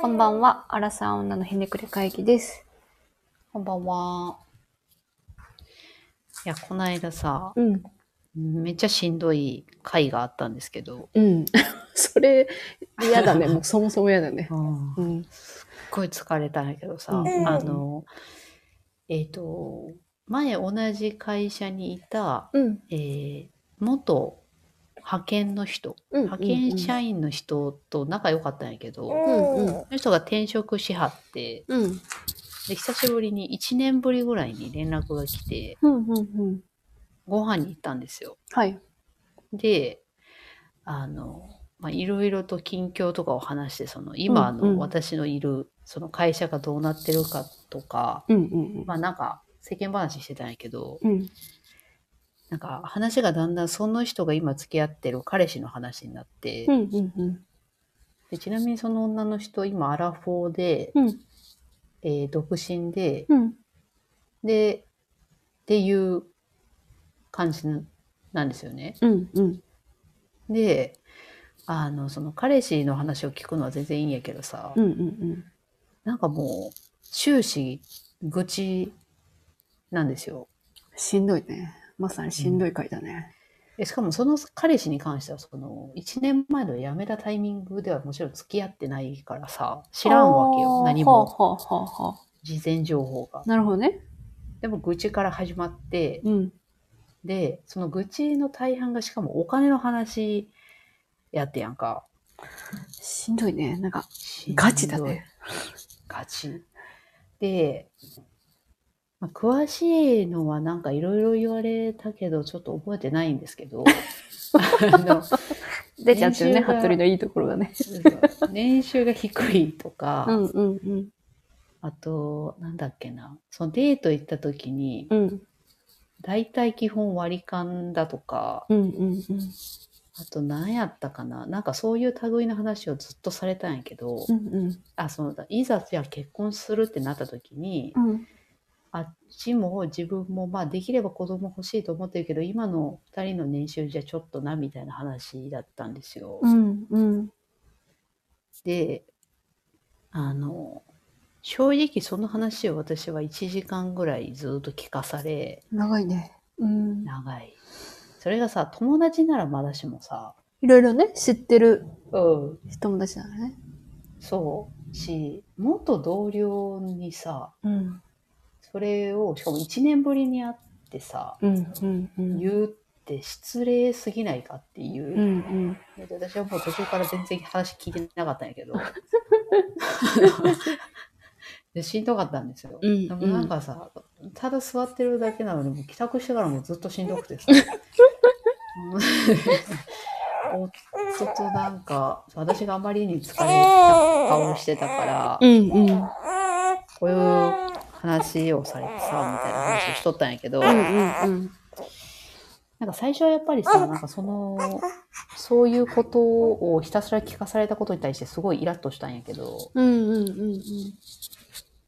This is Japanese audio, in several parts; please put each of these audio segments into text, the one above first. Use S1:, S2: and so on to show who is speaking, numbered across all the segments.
S1: こんばんは、アラサー女のひねくれ会議です。
S2: こんばんは。いや、こないださ、
S1: うん、
S2: めっちゃしんどい回があったんですけど、
S1: うん。 それ、嫌だ ね。もうそもそも嫌だね。
S2: す
S1: う
S2: っ
S1: ん、
S2: ごい疲れたんやけどさ、
S1: うん
S2: あの、えっ、と、前同じ会社にいた、
S1: うん、
S2: えー元派遣の人、
S1: うん。
S2: 派遣社員の人と仲良かったんやけど、
S1: んうん
S2: その人が転職しはって、
S1: うん、うん、
S2: で、久しぶりに1年ぶりぐらいに連絡が来て、
S1: うん、うんうん。
S2: ご飯に行ったんですよ。
S1: はい。
S2: であのまあいろいろと近況とかを話してその今
S1: うんうん
S2: の私のいるその会社がどうなってるかとか、
S1: うん、うん、
S2: まあなんか世間話してたんやけど
S1: うん。うん、
S2: なんか話がだんだんその人が今付き合ってる彼氏の話になって、
S1: うん、うん、うん。
S2: でちなみにその女の人今アラフォーで、
S1: うん、
S2: えー独身で
S1: うん。
S2: でっていう感じなんですよね。
S1: うん、うん。
S2: であのその彼氏の話を聞くのは全然いいんやけどさ、
S1: うん、うん、
S2: なんかもう終始愚痴なんですよ
S1: しんどいね。まさにしんどい回だね。
S2: でしかもその彼氏に関してはその1年前の辞めたタイミングではもちろん付き合ってないからさ知らんわけ
S1: あ
S2: よ
S1: ー
S2: 何
S1: は
S2: も
S1: あはあはあは
S2: 事前情報が
S1: あなるほどね。
S2: でも愚痴から始まって
S1: うん。
S2: でその愚痴の大半がしかもお金の話やってやんか
S1: しんどいね。なんか、
S2: しんどい
S1: ガチだね。
S2: ガチ。で、まあ、詳しいのはなんかいろいろ言われたけど、ちょっと覚えてないんです けど、あの
S1: 出ちゃってるね。
S2: 練習が
S1: 服部のいいところがね。
S2: 年収が低いとか、
S1: うん、うん、うん。
S2: あと、なんだっけな、そのデート行った時に、
S1: うん、
S2: 大体基本割り勘だとか、
S1: うん、うん、うん。
S2: あと何やったかな、なんかそういう類の話をずっとされたんやけど、
S1: うん、うん。
S2: あ、その、いざじゃあ結婚するってなった時に、
S1: うん、
S2: あっちも自分もまあできれば子供欲しいと思ってるけど今の2人の年収じゃちょっとなみたいな話だったんですよ。
S1: うん、うん。
S2: であの正直その話を私は1時間ぐらいずっと聞かされ
S1: 長いね。うん。
S2: 長い。それがさ友達ならまだしもさ
S1: いろいろね、知ってる
S2: うん
S1: 友達だね。
S2: そうし元同僚にさ
S1: うん。
S2: それをしかも1年ぶりに会ってさ
S1: うん。うん。うん。
S2: 言うって失礼すぎないかっていう。
S1: うん。
S2: で私はもう途中から全然話聞いてなかったんや けどでしんどかったんですよ、
S1: うん
S2: でもなんかさただ座ってるだけなのにもう帰宅してからもずっとしんどく てさもう夫となんか私があまりに疲れた顔をしてたから、
S1: うん。うん。
S2: こういう話をされてさみたいな話をしとったんやけど、
S1: うん。
S2: なんか最初はやっぱりさ、なんかその、そういうことをひたすら聞かされたことに対してすごいイラッとしたんやけど、
S1: うん。うん。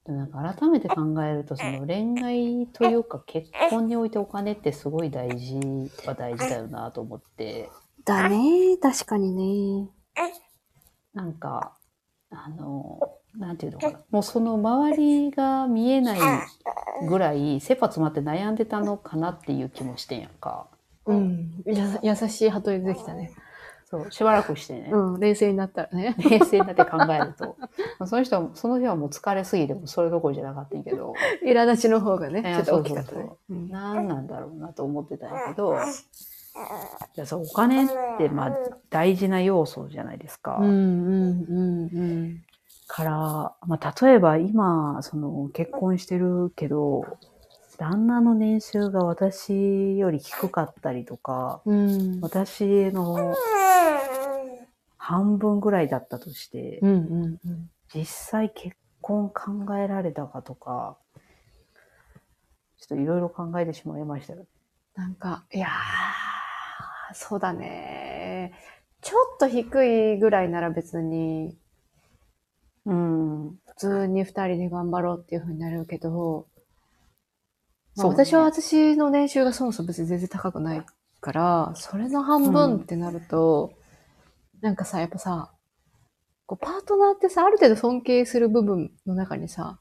S2: なんか改めて考えると、その恋愛というか結婚においてお金ってすごい大事は大事だよなと思って、
S1: だね。確かにね。
S2: なんか、あの、なんていうのかな、もうその周りが見えないぐらい、切羽詰まって悩んでたのかなっていう気もしてんやんか。
S1: うん。や、優しい鳩でできたね。
S2: そう、しばらくしてね。
S1: うん。冷静になったらね。
S2: 冷静になって考えると。 まあその人は、その日はもう疲れすぎて、もうそれどころじゃなかったんやけど、
S1: 苛立ちの方がね、
S2: い
S1: ちょ
S2: や
S1: っと大きかった
S2: そう
S1: ね
S2: そう。
S1: うん
S2: 何なんだろうなと思ってたんやけど、じゃあさ、お金って、まあ、大事な要素じゃないですか。
S1: うん。うん。うん。
S2: から、まあ、例えば今、その、結婚してるけど、旦那の年収が私より低かったりとか、
S1: うん。
S2: 私の半分ぐらいだったとして、
S1: うん。うん。うん。
S2: 実際結婚考えられたかとか、ちょっといろいろ考えてしまいましたよ。
S1: なんか、いやー、そうだね。ちょっと低いぐらいなら別に、
S2: うん。
S1: 普通に二人で頑張ろうっていう風になるけど、まあ
S2: そうね
S1: 私は私の年収がそもそも別に全然高くないから、それの半分ってなると、なんかさ、やっぱさ、こうパートナーってさ、ある程度尊敬する部分の中にさ、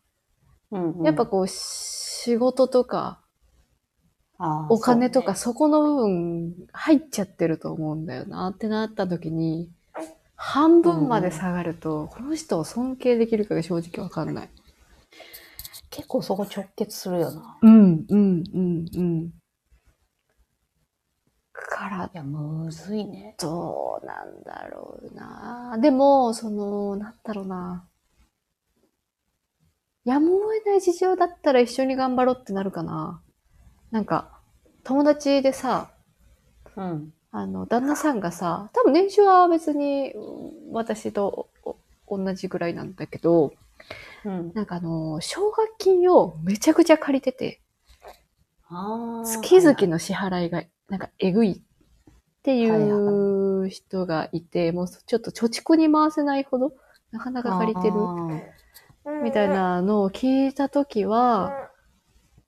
S2: うんうん
S1: やっぱこう、仕事とか、
S2: あー
S1: お金とか、そこの部分入っちゃってると思うんだよなってなった時に、半分まで下がると、この人を尊敬できるかが正直わかんない。
S2: そうね結構そこ直結するよな。
S1: うん、うん、うん、うん。から
S2: い、や、むずいね。
S1: どうなんだろうな。でも、その、なんだろうな。やむを得ない事情だったら一緒に頑張ろうってなるかな。なんか、友達でさ、
S2: うん。
S1: あの、旦那さんがさ、多分年収は別にうん私とお同じぐらいなんだけど、
S2: うん。
S1: なんかあの、奨学金をめちゃくちゃ借りてて、
S2: あー
S1: 月々の支払いが、なんか、えぐいってい
S2: はいはいう
S1: 人がいて、もうちょっと貯蓄に回せないほど、なかなか借りてる
S2: あー
S1: みたいなのを聞いたときは、
S3: あ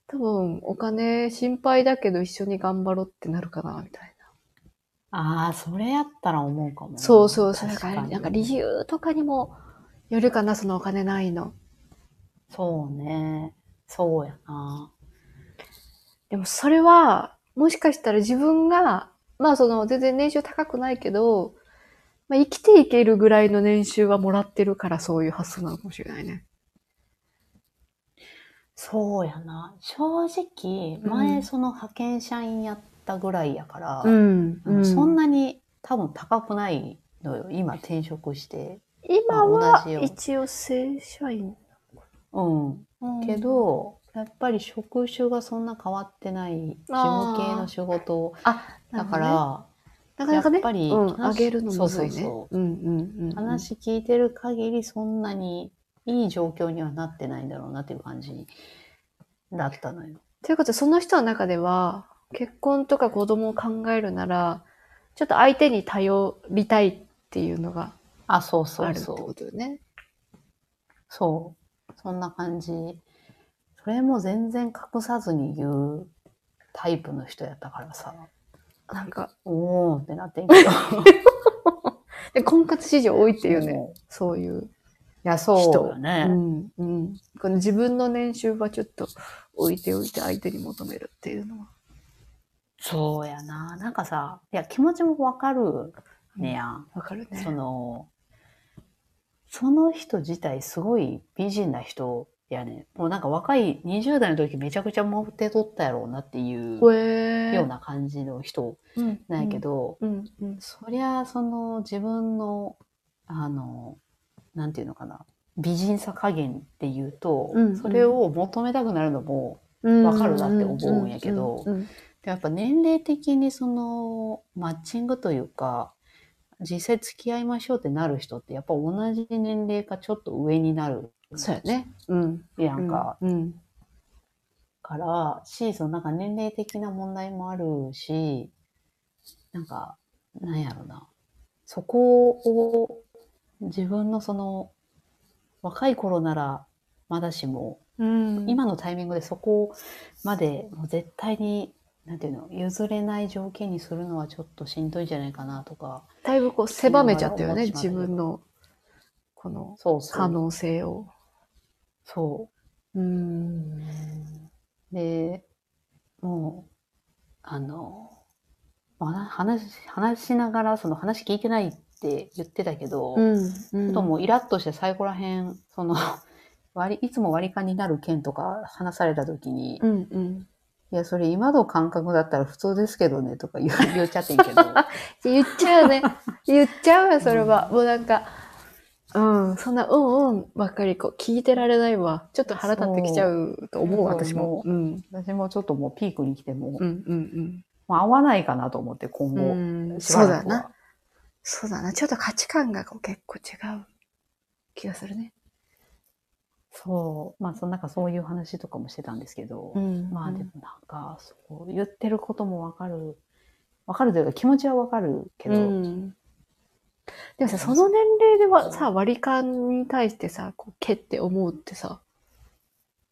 S1: 多分、お金心配だけど一緒に頑張ろうってなるかな、みたい
S2: あー、それやったら思うかもね。
S1: な。そうそうそう。なん
S2: 確
S1: か、
S2: かに
S1: なんか理由とかにもよるかな、そのお金ないの。
S2: そうね。そうやな。
S1: でもそれは、もしかしたら自分が、まあその全然年収高くないけど、まあ、生きていけるぐらいの年収はもらってるからそういう発想なのかもしれないね。
S2: そうやな。正直、
S1: うん
S2: 前、その派遣社員やったぐらいやから、
S1: ん
S2: あのそん
S1: な、
S2: なに多分高くないのよ。今転職して。
S1: 今
S2: まあ
S1: は
S2: 同じよ
S1: 一応正社員。
S2: うん。け
S1: うん、
S2: ど、やっぱり職種がそんな変わってない、事
S1: あー
S2: 務系の仕事
S1: あ、なる
S2: だか
S1: ほどね、
S2: ら、
S1: なかなかね、
S2: やっぱり
S1: うん、上
S2: 話
S1: げるのもずいね。
S2: そうそう
S1: うんうんうん。
S2: 話聞いてる限りそんなにいい状況にはなってないんだろうなっていう感じだったのよ。
S1: ということで、その人の中では、結婚とか子供を考えるなら、ちょっと相手に頼りたいっていうのが
S2: あ、そうそ
S1: あ
S2: う
S1: るって
S2: そ
S1: こ
S2: う。
S1: とよね。
S2: そう。そんな感じ。それも全然隠さずに言うタイプの人やったからさ、
S1: なんか、
S2: おーってなってんけど。
S1: で婚活市場多いって いうね。
S2: もう
S1: そういう。
S2: いや、そうよね
S1: う。ん。うん。この自分の年収はちょっと置いておいて相手に求めるっていうのは。
S2: そうやな。なんかさ、いや、気持ちもわかるねやん。
S1: わかるね
S2: そ。の、その人自体すごい美人な人やねん。もうなんか若い20代の時めちゃくちゃモテとったやろうなっていう
S1: こ
S2: よ
S1: れ
S2: うな感じの人
S1: うん。
S2: なんやけ。ど、
S1: うん。うん。
S2: そりゃその自分の、あの、なんていうのかな、美人さ加減っていうと、
S1: うんうん
S2: それを求めたくなるのも、
S1: うん
S2: わかるなって思うんやけど
S1: うんうん
S2: やっぱ年齢的にそのマッチングというか、実際付き合いましょうってなる人ってやっぱ同じ年齢かちょっと上になる
S1: そうやね。うん。
S2: やんか、
S1: うん。
S2: からしそのなんか年齢的な問題もあるしなんかなんやろなそこを自分のその若い頃ならまだしも
S1: うん。
S2: 今のタイミングでそこまでもう絶対になんていうの譲れない条件にするのはちょっとしんどいんじゃないかなとか
S1: だいぶこう狭めちゃったよね、
S2: 今ま
S1: 自
S2: で思ってしまったけど
S1: 分の、この
S2: そうそ
S1: 可
S2: う
S1: 能性を。
S2: そう
S1: うん。
S2: で、もう、あの、まあ話、話しながら、その話聞いてないって言ってたけど、
S1: う
S2: ち
S1: ん。
S2: ょっともうイラッとして最後らへん、その、 割り、いつも割り勘になる件とか話された時に、
S1: うん。うん。
S2: いや、それ今の感覚だったら普通ですけどね、とか言う言 っちゃって んけど、
S1: 言っちゃ うね。言っちゃうよ、それは。もうなんか、うん、そんな、うんうんばっかりこう聞いてられないわ。ちょっと腹立ってきちゃうと思う、
S2: そう
S1: 私も。うん、
S2: 私もちょっともうピークに来ても、
S1: うん、うん、
S2: まあ合わないかなと思って、今
S1: う
S2: 後、
S1: ん。うん、
S2: し
S1: そ
S2: ば
S1: う
S2: ら
S1: だ
S2: くは
S1: な。。そうだな。ちょっと価値観がこう結構違う気がするね。
S2: そう。まあ、そのなんかそういう話とかもしてたんですけど、
S1: ん
S2: まあでもなんか、そう、言ってることもわかる。わかるというか気持ちはわかるけど、
S1: うん。でもさ、その年齢ではさ、割り勘に対してさ、こう、けって思うってさ、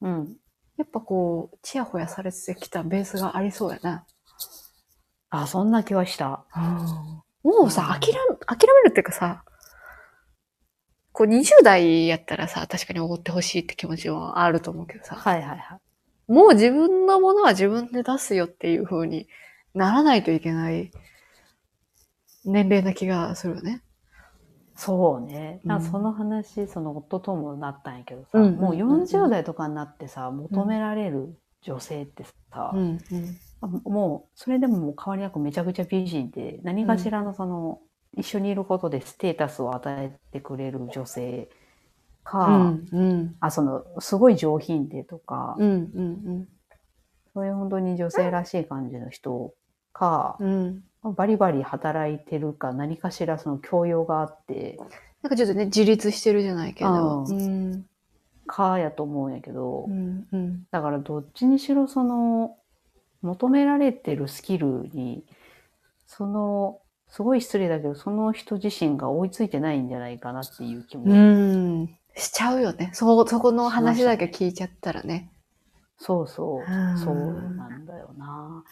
S2: うん
S1: やっぱこう、ちやほやされてきたベースがありそうやな。
S2: あ、そんな気はした。
S1: もうさ、諦め、諦めるっていうかさ、こう20代やったらさ、確かにおごってほしいって気持ちもあると思うけどさ、
S2: はいはいはい。
S1: もう自分のものは自分で出すよっていう風にならないといけない年齢な気がするよね。
S2: そうね。なんか
S1: うん
S2: その話、その夫ともなったんやけどさ、
S1: うんうんうんうん
S2: もう40代とかになってさ、求められる女性ってさ、
S1: ん、うん。
S2: もうそれでももう変わりなくめちゃくちゃ美人で、何かしらのその、一緒にいることでステータスを与えてくれる女性か、
S1: うん、うん。
S2: あ、その、すごい上品でとか、
S1: うん、うん、
S2: そういう本当に女性らしい感じの人か、
S1: うん。うん。
S2: バリバリ働いてるか、何かしらその教養があって、
S1: なんかちょっとね、自立してるじゃないけど。
S2: う
S1: うん。
S2: かやと思うんやけど、
S1: うん、うん。
S2: だからどっちにしろその求められてるスキルにそのすごい失礼だけどその人自身が追いついてないんじゃないかなっていう気も、
S1: うん。しちゃうよね。そ、そこの話だけ聞いちゃったらね。
S2: そうそう
S1: うん
S2: そうなんだよな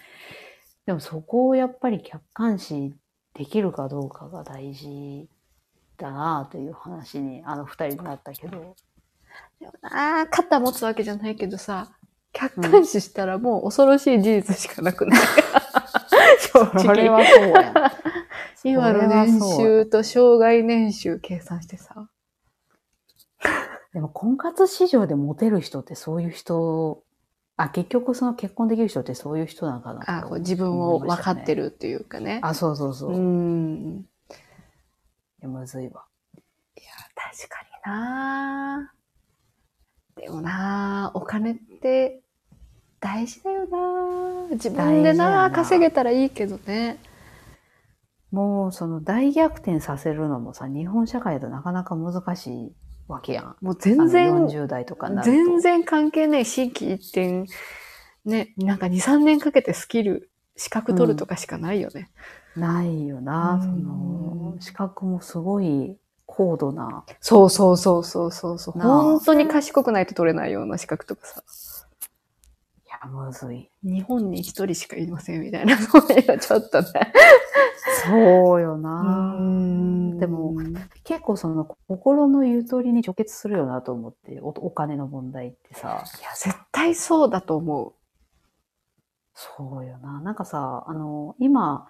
S2: でもそこをやっぱり客観視できるかどうかが大事だなという話にあの二人になったけ ど
S1: ああ、肩持つわけじゃないけどさ、客観視したらもう恐ろしい事実しかなくない。正直。
S2: それはそうや
S1: 今の年収と障害年収計算してさ。
S2: でも婚活市場でモテる人ってそういう人、あ、結局その結婚できる人ってそういう人なのかな
S1: あこう自分を分かってるっていうかね。
S2: あ、そうそうそうう。
S1: ん。い
S2: むずいわ。
S1: や、確かになでもなお金って大事だよな自分でな
S2: 大事やな
S1: 稼げたらいいけどね。
S2: もうその大逆転させるのもさ、日本社会だとなかなか難しいわけやん。
S1: もう全
S2: あの
S1: 然、
S2: 40代とかになると。
S1: 全然関係ない新規一点、ね、なんか2、3年かけてスキル、資格取るとかしかないよね。
S2: ないよな、そ
S1: うん
S2: の、資格もすごい高度な。
S1: そうそうそうそうそうそう。
S2: なあ
S1: 本当に賢くないと取れないような資格とかさ。
S2: いや、むずい。
S1: 日本に一人しかいませんみたいな、そういうのちょっとね。
S2: そうよな。
S1: で
S2: でも、結構その心のゆとりに直結するよなと思って、おお金の問題ってさ。
S1: いや、絶対そうだと思
S2: そうよな。なんかさ、あの、今、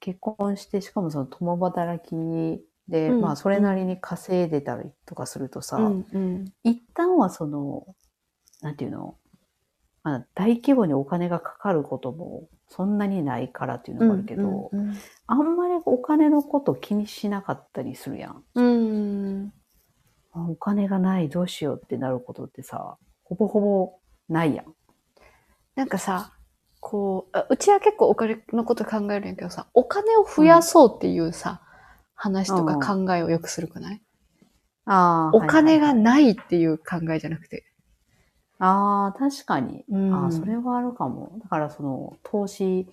S2: 結婚して、しかもその共働きで、
S1: うん
S2: まあ、それなりに稼いでたりとかすると
S1: う。
S2: さ、
S1: うんうん。
S2: 一旦はその、なんていうの、まあ、大規模にお金がかかることも、そんなにないからっていうのもあるけど、
S1: うん
S2: あんまりお金のこと気にしなかったりするやん。
S1: うん。
S2: あお金がない、どうしようってなることってさ、ほぼほぼないやん。
S1: なんかさ、こう、あうちは結構お金のこと考えるんやけどさ、お金を増やそうっていうさ、話とか考えをよくするくない、
S2: あ
S1: お金が
S2: ない。
S1: ないっていう考えじゃなくて。
S2: ああ、確かに。
S1: うん
S2: あーそれはあるかも。だからその投資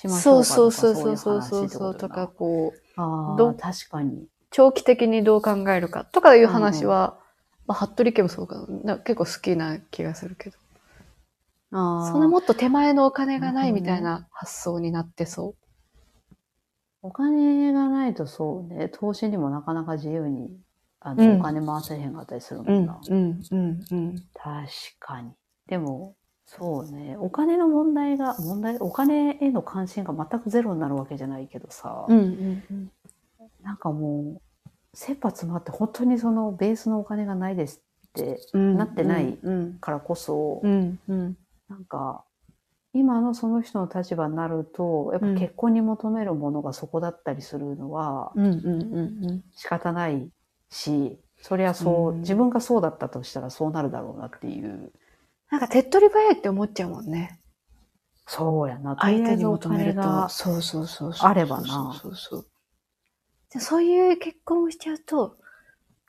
S2: しましょ
S1: そううそう
S2: かとか
S1: そうそうそうそうそうと
S2: とか
S1: か、。こう、
S2: あ
S1: ど
S2: あ、確かに。
S1: 長期的にどう考えるかとかいう話は、まあ、服部家もそうかな結構好きな気がするけど
S2: ああ、
S1: そのもっと手前のお金がない
S2: なるほ
S1: み
S2: どね
S1: たいな発想になってそ
S2: お金がないとそうね、投資にもなかなか自由にあ
S1: う
S2: の、
S1: ん
S2: お金回せへんかったりする
S1: う。
S2: もんな。
S1: んうんうん
S2: 確かに。でも、そうね、お金の問題が、問題、お金への関心が全くゼロになるわけじゃないけどさ、
S1: うんうんうん
S2: なんかもう、切羽詰まって本当にそのベースのお金がないですって
S1: うん
S2: なってない
S1: うん
S2: からこそ、
S1: うんうん
S2: なんか、今のその人の立場になると、やっぱ
S1: うん
S2: 結婚に求めるものがそこだったりするのは
S1: うんうんうんうん
S2: 仕方ないし、そりゃそう、
S1: うん
S2: 自分がそうだったとしたらそうなるだろうなっていう。
S1: なんか手っ取り早いって思っちゃうもんね
S2: そうやな、
S1: 相手に求める
S2: とりあ
S1: と
S2: え
S1: そ
S2: ず
S1: うそうそうそう
S2: あればな
S1: そうそうそうでそういう結婚をしちゃうと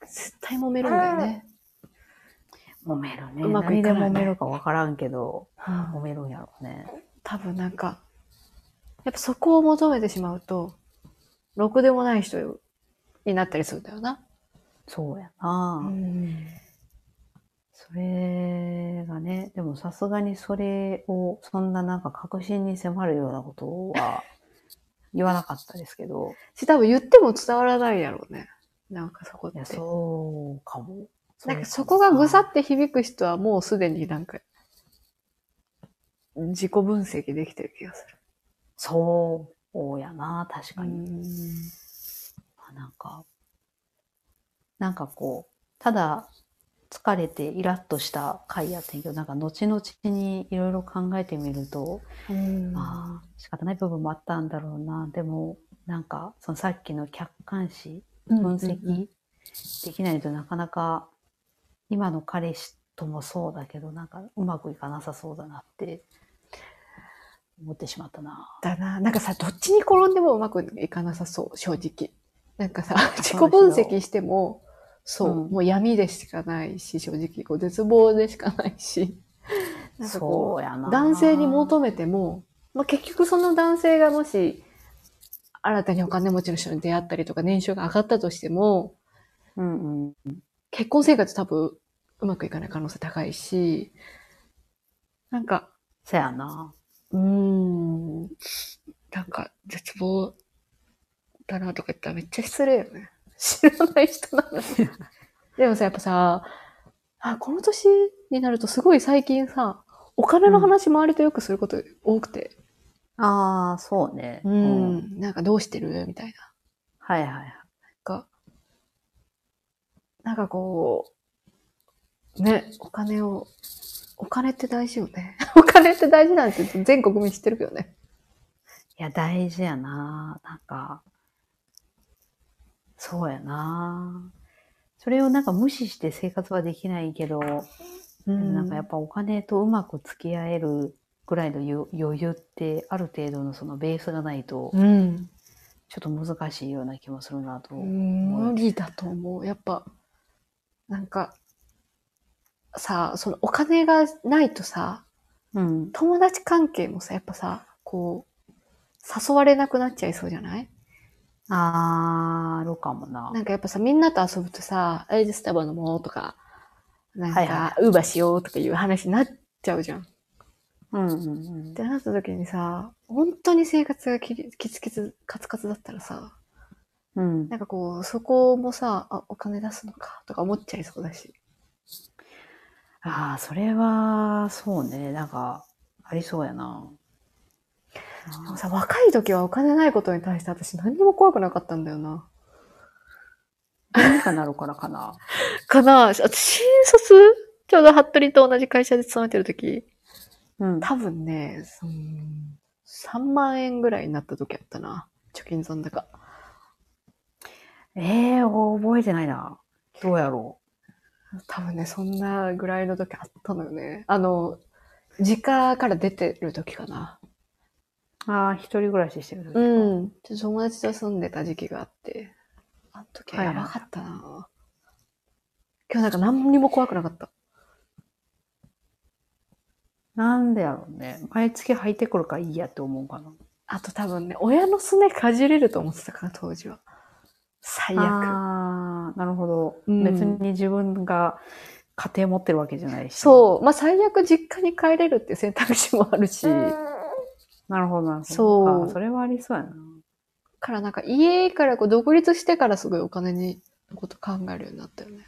S1: 絶対揉めるんだよね、
S2: お金が揉めるね。
S1: うまくいかないね
S2: 何で揉めるかわからんけど、
S1: うん
S2: 揉めるんやろうね。
S1: 多分なんか、やっぱそこを求めてしまうと、ろくでもない人になったりするんだよな。
S2: そうや
S1: う
S2: な。
S1: ん。
S2: それがね、でもさすがにそれを、そんななんか確信に迫るよう なことは言わなかったですけど、
S1: し、多分言っても伝わらないやろうね。なんかそこっ
S2: いや、
S1: て。
S2: そうかも。
S1: なんかそこがぐさ
S2: っ
S1: って響く人はもうすでになんか、自己分析できてる気がす
S2: そうやな、確
S1: る。
S2: かに。あなんか、なんかこう、ただ疲れてイラッとした回やってんけど、なんか後々にいろいろ考えてみると、
S1: うん
S2: まあ仕方ない部分もあったんだろうな。でも、なんかそのさっきの客観視、分析できないとなかなか今の彼氏ともそうだけど、なんかうまくいかなさそうだなって思ってしまったな。
S1: だな。なんかさ、どっちに転んでもうまくいかなさそう、正直。なんかさ、自
S2: そう
S1: 己
S2: で
S1: 分
S2: すよ
S1: 析しても、そう、
S2: うん
S1: もう闇でしかないし、正直、こう絶望でしかない し。なんかこ
S2: そうや
S1: う、
S2: な。
S1: 男性に求めても、まあ、結局その男性がもし、新たにお金持ちの人に出会ったりとか、年収が上がったとしても、
S2: うんうん。
S1: 結婚生活多分うまくいかない可能性高いし、なんか、
S2: そやな。
S1: うーん、なんか絶望だなとか言ったらめっちゃ失礼よね。 知らない人なのに。でもさ、やっぱさ、あ、この年になるとすごい最近さ、お金の話周りとよくすること多くて。
S2: ああ、そうね。
S1: うん。なんかどうしてるみたいな。
S2: はいはいはい。
S1: なんか、なんかこう、ね、お金を、お金って大事よね。 お金って大事なんて全国民知ってるけどね。
S2: いや、大事やな。なんか、そうやな。それをなんか無視して生活はできないけど、
S1: う
S2: でもなんかやっぱお金とうまく付き合えるぐらいの余余裕って、ある程度のそのベースがないと、
S1: うん。
S2: ちょっと難しいような気もするなと。
S1: 無理だと思う。やっぱ、なんか、さ、そのお金がないとさ、
S2: うん。
S1: 友達関係もさ、やっぱさ、こう、誘われなくなっちゃいそうじゃない
S2: あー、あるかもな。
S1: なんかやっぱさ、みんなと遊ぶとさ、え、じゃあスタバ飲もうとか、なん
S2: はいは
S1: か、ウーバーしようとかいう話になっちゃうじゃん。っ
S2: うんうん
S1: てなった時にさ、本当に生活がきりキツキツ、カツカツだったらさ、
S2: うん。うん。
S1: なんかこう、そこもさ、あ、お金出すのかとか思っちゃいそうだし。
S2: ああ、それは、そうね。なんか、ありそうやな。
S1: でもさ、若い時はお金ないことに対して私何にも怖くなかったんだよな。
S2: 何かなるからかな。
S1: かなあと新卒ちょうど服部と同じ会社で勤めてる時、
S2: うん。
S1: 多分ね、その3万円ぐらいになった時あったな。貯金残高。
S2: ええ覚えてないな。どうやろ
S1: 多分ね、そんなぐらいの時あったのよね。あの、実家から出てる時かな。
S2: う。ああ、一人暮らししてる時か。
S1: うん。ちょっと友達と住んでた時期があって、あの時は
S2: はい
S1: や
S2: はい
S1: ばかったな、今日なんか何にも怖くなかった。
S2: なんでやろうね。毎月入ってくるからいいやって思うかな。
S1: あと多分ね、親のすねかじれると思ってたから、当時は。最悪。
S2: ああ、なるほど。
S1: うん
S2: 別に自分が家庭持ってるわけじゃないし。
S1: そう。まあ、最悪実家に帰れるっていう選択肢もあるし。
S2: う。なるほど、なるほど。
S1: そう
S2: あーそれはありそうやな。
S1: からなんか家からこう独立してからすごいお金に、のこと考えるようになったよね。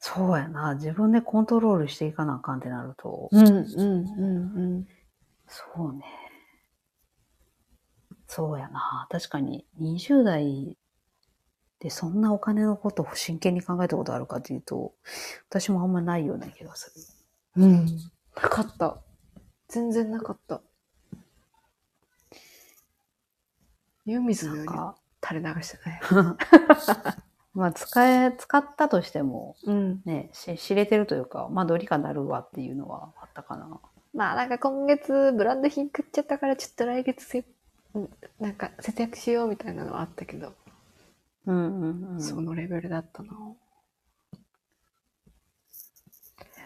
S2: そうやな。自分でコントロールしていかなあかんってなると。
S1: うん、うん、うん、うん。
S2: そうね。そうやな。確かに、20代でそんなお金のことを真剣に考えたことあるかというと、私もあんまないような気がする。
S1: うん。なかった。全然なかった。湯水のよ
S2: な
S1: うんに
S2: か、
S1: 垂れ流して ね。
S2: まあ、使え、使ったとしても、
S1: うん。
S2: ね、し知れてるというか、まあ、どうにかなるわっていうのはあったかな。
S1: まあなんか今月ブランド品買っちゃったからちょっと来月せ、うんなんか節約しようみたいなのはあったけど、
S2: うんうんうん。
S1: そのレベルだったな。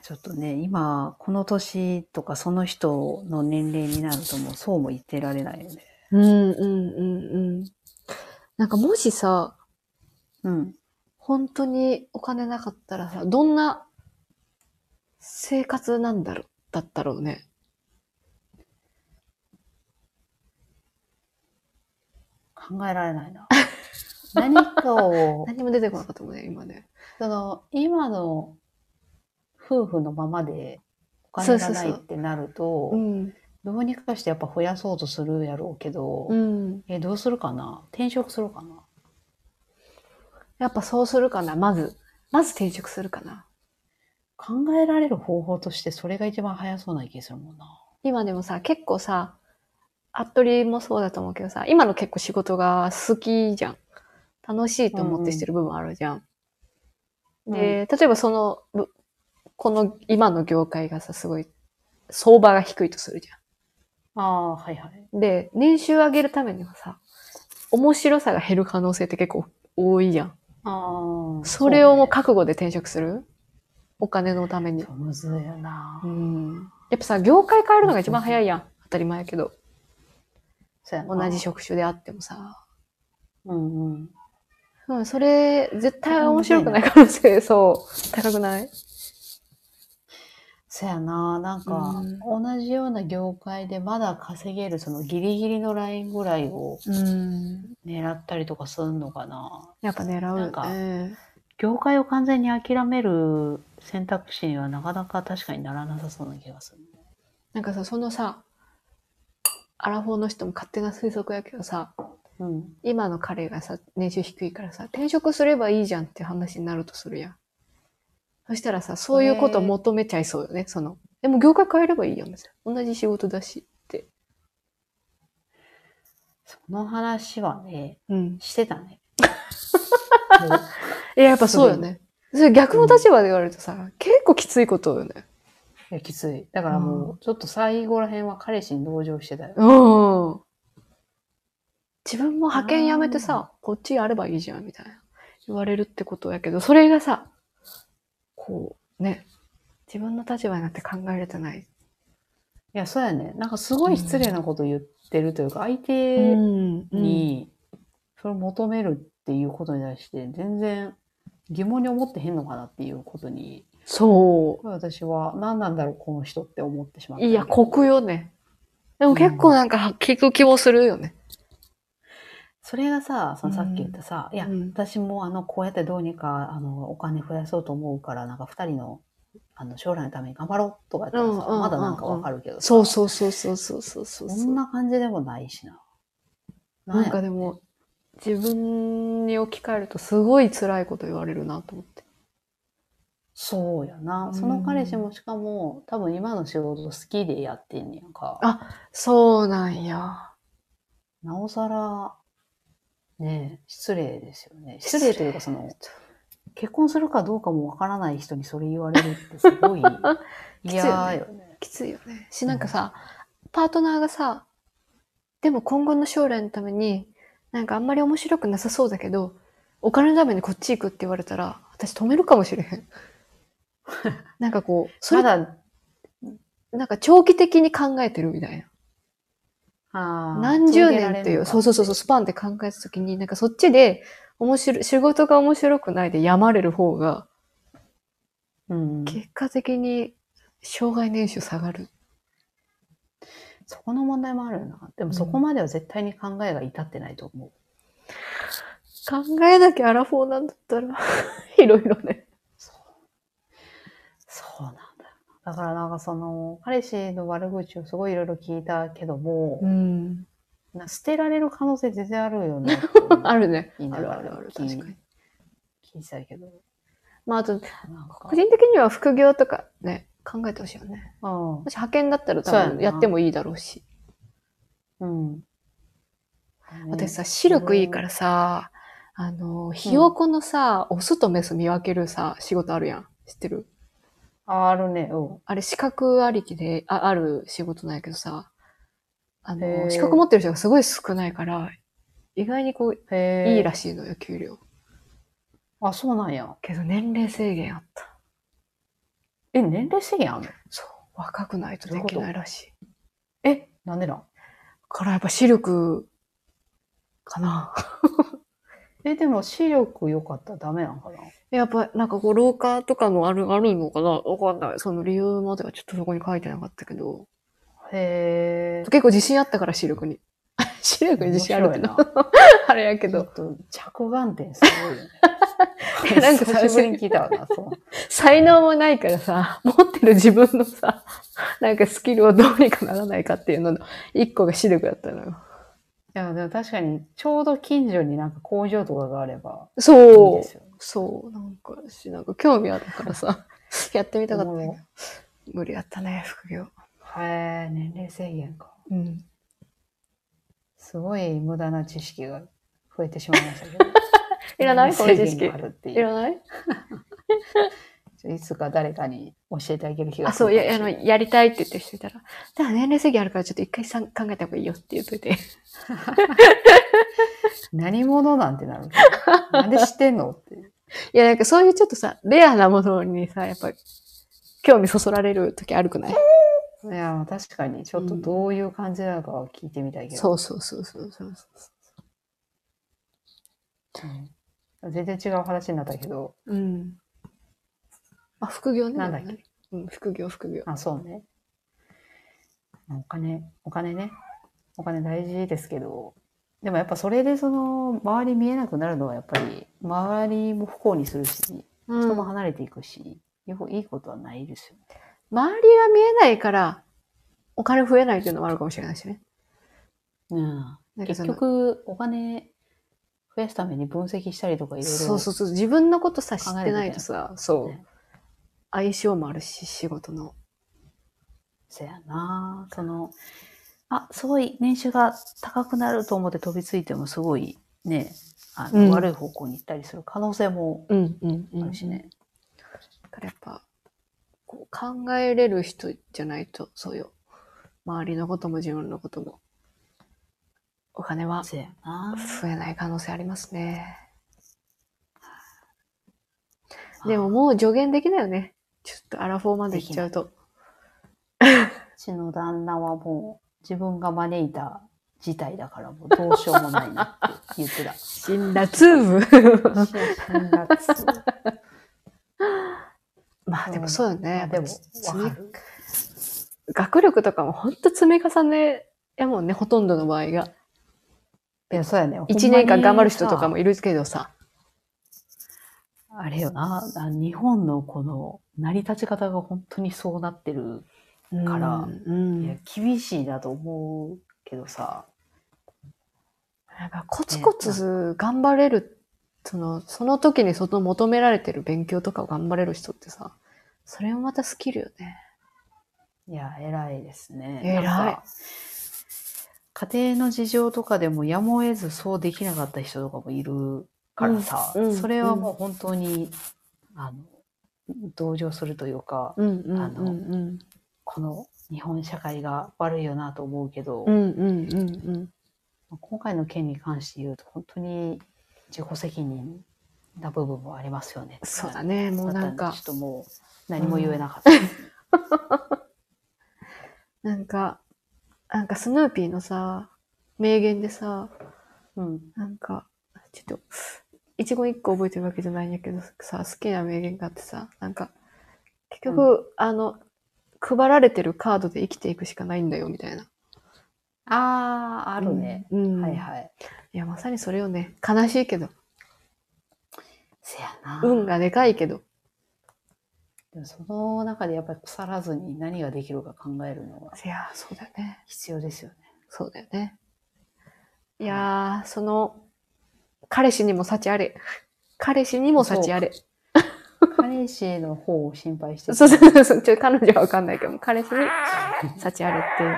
S2: ちょっとね、今、この年とかその人の年齢になるともうそうも言ってられないよね。
S1: うんうんうんうん。なんかもしさ、
S2: うん。
S1: 本当にお金なかったらさ、どんな生活なんだろう、だったろうね。
S2: 考えられないな。何かを、
S1: 何も出てこなかったもんね、今ね。
S2: その、今の夫婦のままでお
S1: そ
S2: 金
S1: うそ
S2: が
S1: うそ
S2: な
S1: う
S2: いってなると、
S1: うん。
S2: どうにかしてやっぱ増やそうとするやろうけど、
S1: うん。
S2: え、どうするかな転職するかな
S1: やっぱそうするかな、まず。まず転職するかな。
S2: 考えられる方法としてそれが一番早そうな気するもんな。
S1: 今でもさ、結構さ、服部もそうだと思うけどさ、今の結構仕事が好きじゃん。楽しいと思ってしてる部分あるじゃん。で、例えばその、ぶこの今の業界がさ、すごい、相場が低いとするじ
S2: うん、ああ、はいはい。
S1: ゃん。で、年収上げるためにはさ、面白さが減る可能性って結構多いじゃん。
S2: ああ。
S1: それをもう
S2: か
S1: 覚悟で転職するお金のために。
S2: むずいよな。
S1: うん。やっぱさ、業界変えるのが一番早いやん。当たり前やけど。
S2: そうやな
S1: 同じ。職種であってもさ。
S2: うんうん。
S1: うん、それ、絶対面白くない可能性、そう、高くない
S2: そうやな。なんか、同じような業界でまだ稼げる、そのギリギリのラインぐらいを
S1: うん。
S2: 狙ったりとかするのかな。
S1: やっぱ狙うよね。
S2: なんか業界を完全に諦める選択肢にはなかなか確かにならなさそうな気がする。
S1: なんかさ、そのさ、アラフォーの人も勝手な推測やけどさ、
S2: うん。
S1: 今の彼がさ、年収低いからさ、転職すればいいじゃんって話になるとするやん。そしたらさ、そういうことを求めちゃいそうよね、その。でも業界変えればいいやん、別に同じ仕事だしって。
S2: その話はね、
S1: うん。
S2: してたね。もう
S1: いや、やっぱそうよね。それ逆の立場で言われるとさ、結構きついことよね。
S2: いや、きつい。だからも
S1: う
S2: う、ちょっと最後ら辺は彼氏に同情してたよ。
S1: うん。自分も派遣やめてさ、こっちやればいいじゃん、みたいな。言われるってことやけど、それがさ、こう、ね、自分の立場になって考えれてない。
S2: いや、そうやね。なんかすごい失礼なこと言ってるというか、相手
S1: ん
S2: に、それを求めるっていうことに対して、全然疑問に思ってへんのかなっていうことに、
S1: そ
S2: これ私は何なんだろう、この人って思ってしまっ
S1: う。
S2: た。
S1: いや、酷よね。でも結構なんか聞く気もするよね。
S2: それがさ、そのさっき言ったさ、いや、
S1: うん
S2: 私もあの、こうやってどうにか、あの、お金増やそうと思うから、なんか二人の、あの、将来のために頑張ろうとかやったらさ、
S1: うんうんうんうん
S2: まだなんかわかるけどさ
S1: そうそうそうそうそうそうそう。
S2: そんな感じでもないしな。
S1: なん
S2: や
S1: かでも、自分に置き換えるとすごい辛いこと言われるなと思って。
S2: そうやな
S1: う。ん
S2: その彼氏もしかも、多分今の仕事好きでやってんねやんか。
S1: あそうなんや。
S2: なおさら、ねえ失礼ですよね。失礼というか、その、結婚するかどうかもわからない人にそれ言われるってす ごい
S1: きついよ
S2: 嫌
S1: ね
S2: よね。
S1: きついよね。し、なんかさ、パートナーがさ、でも今後の将来のために、なんかあんまり面白くなさそうだけど、お金のためにこっち行くって言われたら、私止めるかもしれへ ん。なんかこう、そ
S2: ま
S1: れ、
S2: だ、
S1: なんか長期的に考えてるみたい
S2: あ
S1: な。
S2: ー。
S1: 何十年っていう、そうそうそう、そううスパンで考えたときに、なんかそっちで、面白い、仕事が面白くないでやまれる方が、
S2: うん、
S1: 結果的に、障害年収下がる。
S2: そこの問題もあるよな。でもそこまでは絶対に考えが至ってないと思う。
S1: 考えなきゃアラフォーなんだったら、 いろいろね。
S2: そう。そうなんだよな。だからなんかその、彼氏の悪口をすごいいろいろ聞いたけども、
S1: ん。
S2: な捨てられる可能性全然あるよね。
S1: あるね。
S2: いいな
S1: あるあるある、
S2: うん
S1: 確かに。
S2: 聞いてたけど。
S1: まあ、あと、
S2: なんか
S1: 個人的には副業とかね、考えてほしいよね。
S2: うん
S1: もし派遣だったら多
S2: そうや
S1: 分
S2: な
S1: やってもいいだろうし。
S2: うん。ね
S1: 私さ、視力いいからさ、あの、ひよこのさ、オスとメス見分けるさ、仕事あるやん。知ってる
S2: ああるね。う
S1: あれ、資格ありきで、あある仕事なんやけどさ、あ
S2: へ
S1: の、
S2: ー
S1: 資格持ってる人がすごい少ないから、意外にこう、
S2: ん。へえ。
S1: いいらしいのよ、給料。
S2: あ、そうなんや。
S1: けど年齢制限あった。
S2: え、年齢制限あんの
S1: そう。若くないと
S2: どう
S1: で
S2: いうこ
S1: き
S2: と
S1: ないらしい。だ
S2: え、なんでなん
S1: からやっぱ視力、かな。
S2: え、でも視力良かったらダメなんかな
S1: やっぱなんかこう、老化とかのある、あるのかなわかんない。その理由まではちょっとそこに書いてなかったけど。
S2: へえ。
S1: 結構自信あったから視力に。 視力に自信あるけど。 あれやけ
S2: け
S1: ど、
S2: ど、ちょっと着眼点すごいよね
S1: い やなんか
S2: 久しぶりに聞いたわな、そう。
S1: 才能もないからさ、持ってる自分のさ、なんかスキルをどうにかならないかっていうのの、一個が視力だったのよ。
S2: いや、でも確かに、ちょうど近所になんか工場とかがあれば、いい
S1: そう
S2: です。よね。
S1: そう、なんかし、なんか興味あったからさ、 やってみたかったけ
S2: おも
S1: ど
S2: ろ、
S1: 無理やったね、副業。
S2: へえ、年齢制限か。
S1: うん。。
S2: すごい無駄な知識が増えてしまいましたけど
S1: いらないこの知識
S2: 制限があるって
S1: い
S2: いう
S1: らない
S2: いつか誰かに教えてあげる日が
S1: あ、そう、や、あの、やりたいって言ってる人いたら、だから年齢制限あるからちょっと一回さん考えた方がいいよって言っと いて。
S2: 何者なんてなるけ ど。なんで知ってんのって。
S1: いや、なんかそういうちょっとさ、レアなものにさ、やっぱ、興味そそられる時あるくない
S2: いや、確かに、ちょっとどういう感じなのかは聞いてみたいけ ど。
S1: そうそうそうそうそう。
S2: うん全然違う話になったけど、
S1: うん。あ、副業ね。
S2: なんだっけ
S1: でもねうん、副業、副業。
S2: あ、そうね。お金、お金ね。お金大事ですけど、でもやっぱそれでその、周り見えなくなるのはやっぱり、周りも不幸にするし、
S1: うん
S2: 人も
S1: 周
S2: 離れていくし、よくいいことはないですよね。
S1: りが見えないから、お金増えないっていうのもあるかもしれないしね。なんかそ
S2: 結
S1: の
S2: 局、お金増やすために分析したりとかいろいろ。
S1: そうそうそう。自分のことさ、知ってないと
S2: 考
S1: さ
S2: え、て
S1: そ。
S2: ないう
S1: 相性もあるし、仕事の。
S2: そやなその、あ、すごい年収が高くなると思って飛びついてもすごいね、あの
S1: うん
S2: 悪い方向に行ったりする可能性も
S1: うん、うん、う
S2: あ
S1: ん。
S2: るしね。
S1: だからやっぱ、こう考えれる人じゃないと、そうよ。周りのことも自分のことも。お金は
S2: そや な
S1: 増えない可能性ありますね。でも、もう助言できないよね。ちょっとアラフォーまで行っちゃうと。
S2: うちの旦那はもう自分が招いた事態だからもうどうしようもないなって言ってた。
S1: 死んだツーブ
S2: 辛辣
S1: まあでもそうよね。やっぱ
S2: でも、わかる。
S1: 学力とかもほんと積み重ねやもんね、ほとんどの場合が。
S2: いや、そうやね。
S1: 1年間頑張る人とかも
S2: ほんまに
S1: いるけどさ。
S2: さ。あれよな。あ日本のこの成り立ち方が本当にそうなってるから
S1: うん。
S2: い
S1: や
S2: や、厳しいなと思うけどさ。
S1: っぱコツコツ頑張れる、その、その時にその求められてる勉強とかを頑張れる人ってさ、それもまたスキルよね。
S2: いや、偉いですね。
S1: 偉い
S2: なんか。家庭の事情とかでもやむを得ずそうできなかった人とかもいるからさ、
S1: うんうん
S2: それはもう本当に、あの、同情するというか、
S1: うんうん
S2: あの
S1: ん。
S2: この日本社会が悪いよなと思うけど、
S1: うんうんうんうん。
S2: 今回の件に関して言うと本当に自己責任な部分もありますよね。
S1: そうだね、もうなん
S2: だ
S1: か
S2: ったでちょ。っともう何も言えなかった。
S1: なんか、なんかスヌーピーのさ、名言でさ、
S2: うん
S1: なんか、ちょっと、一言一個覚えてるわけじゃないんやけどさ、好きな名言があってさ、なんか、結局、あの、配られてるカードで生きていくしかないんだよ、みたいな。
S2: ああ、あるね。
S1: うん。うん
S2: はいはい。
S1: いや、まさにそれよね。悲しいけど、
S2: せやな。
S1: 運がでかいけど、
S2: でもその中でやっぱり腐らずに何ができるか考えるのが
S1: いや、そうだよね。
S2: 必要 ですよね。
S1: そうだよね。いやー、その、彼氏にも幸あれ。 彼氏にも幸あれ。
S2: 彼氏の方を心配してた
S1: そうそうそうそう。ちょ、彼女はわかんないけど、彼氏に幸あれっていう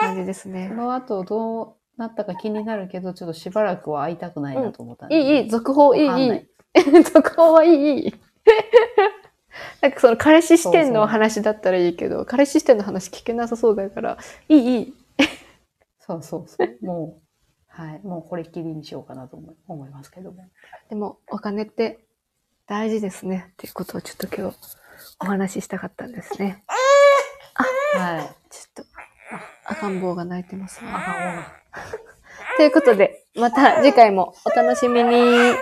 S1: 感じです
S2: そ
S1: ね。
S2: の後どうなったか気になるけど、ちょっとしばらくは会いたくないなと思ったん
S1: い
S2: で、
S1: い、いい、続報、いい、
S2: わかん
S1: い。
S2: ない
S1: 続報はいい、 いい。なんかその彼氏視点の話だったらいいけど、彼氏視点の話聞けなさそうだから、いい、いい。
S2: そうそうそう。もう、はい。もうこれっきりにしようかなと思い思いますけども。
S1: でも、お金って大事ですね。っていうことをちょっと今日お話ししたかったんですね。
S2: はい。
S1: ちょっと、あ赤ん坊が泣いてますね。
S2: あ
S1: ということで、また次回もお楽しみに。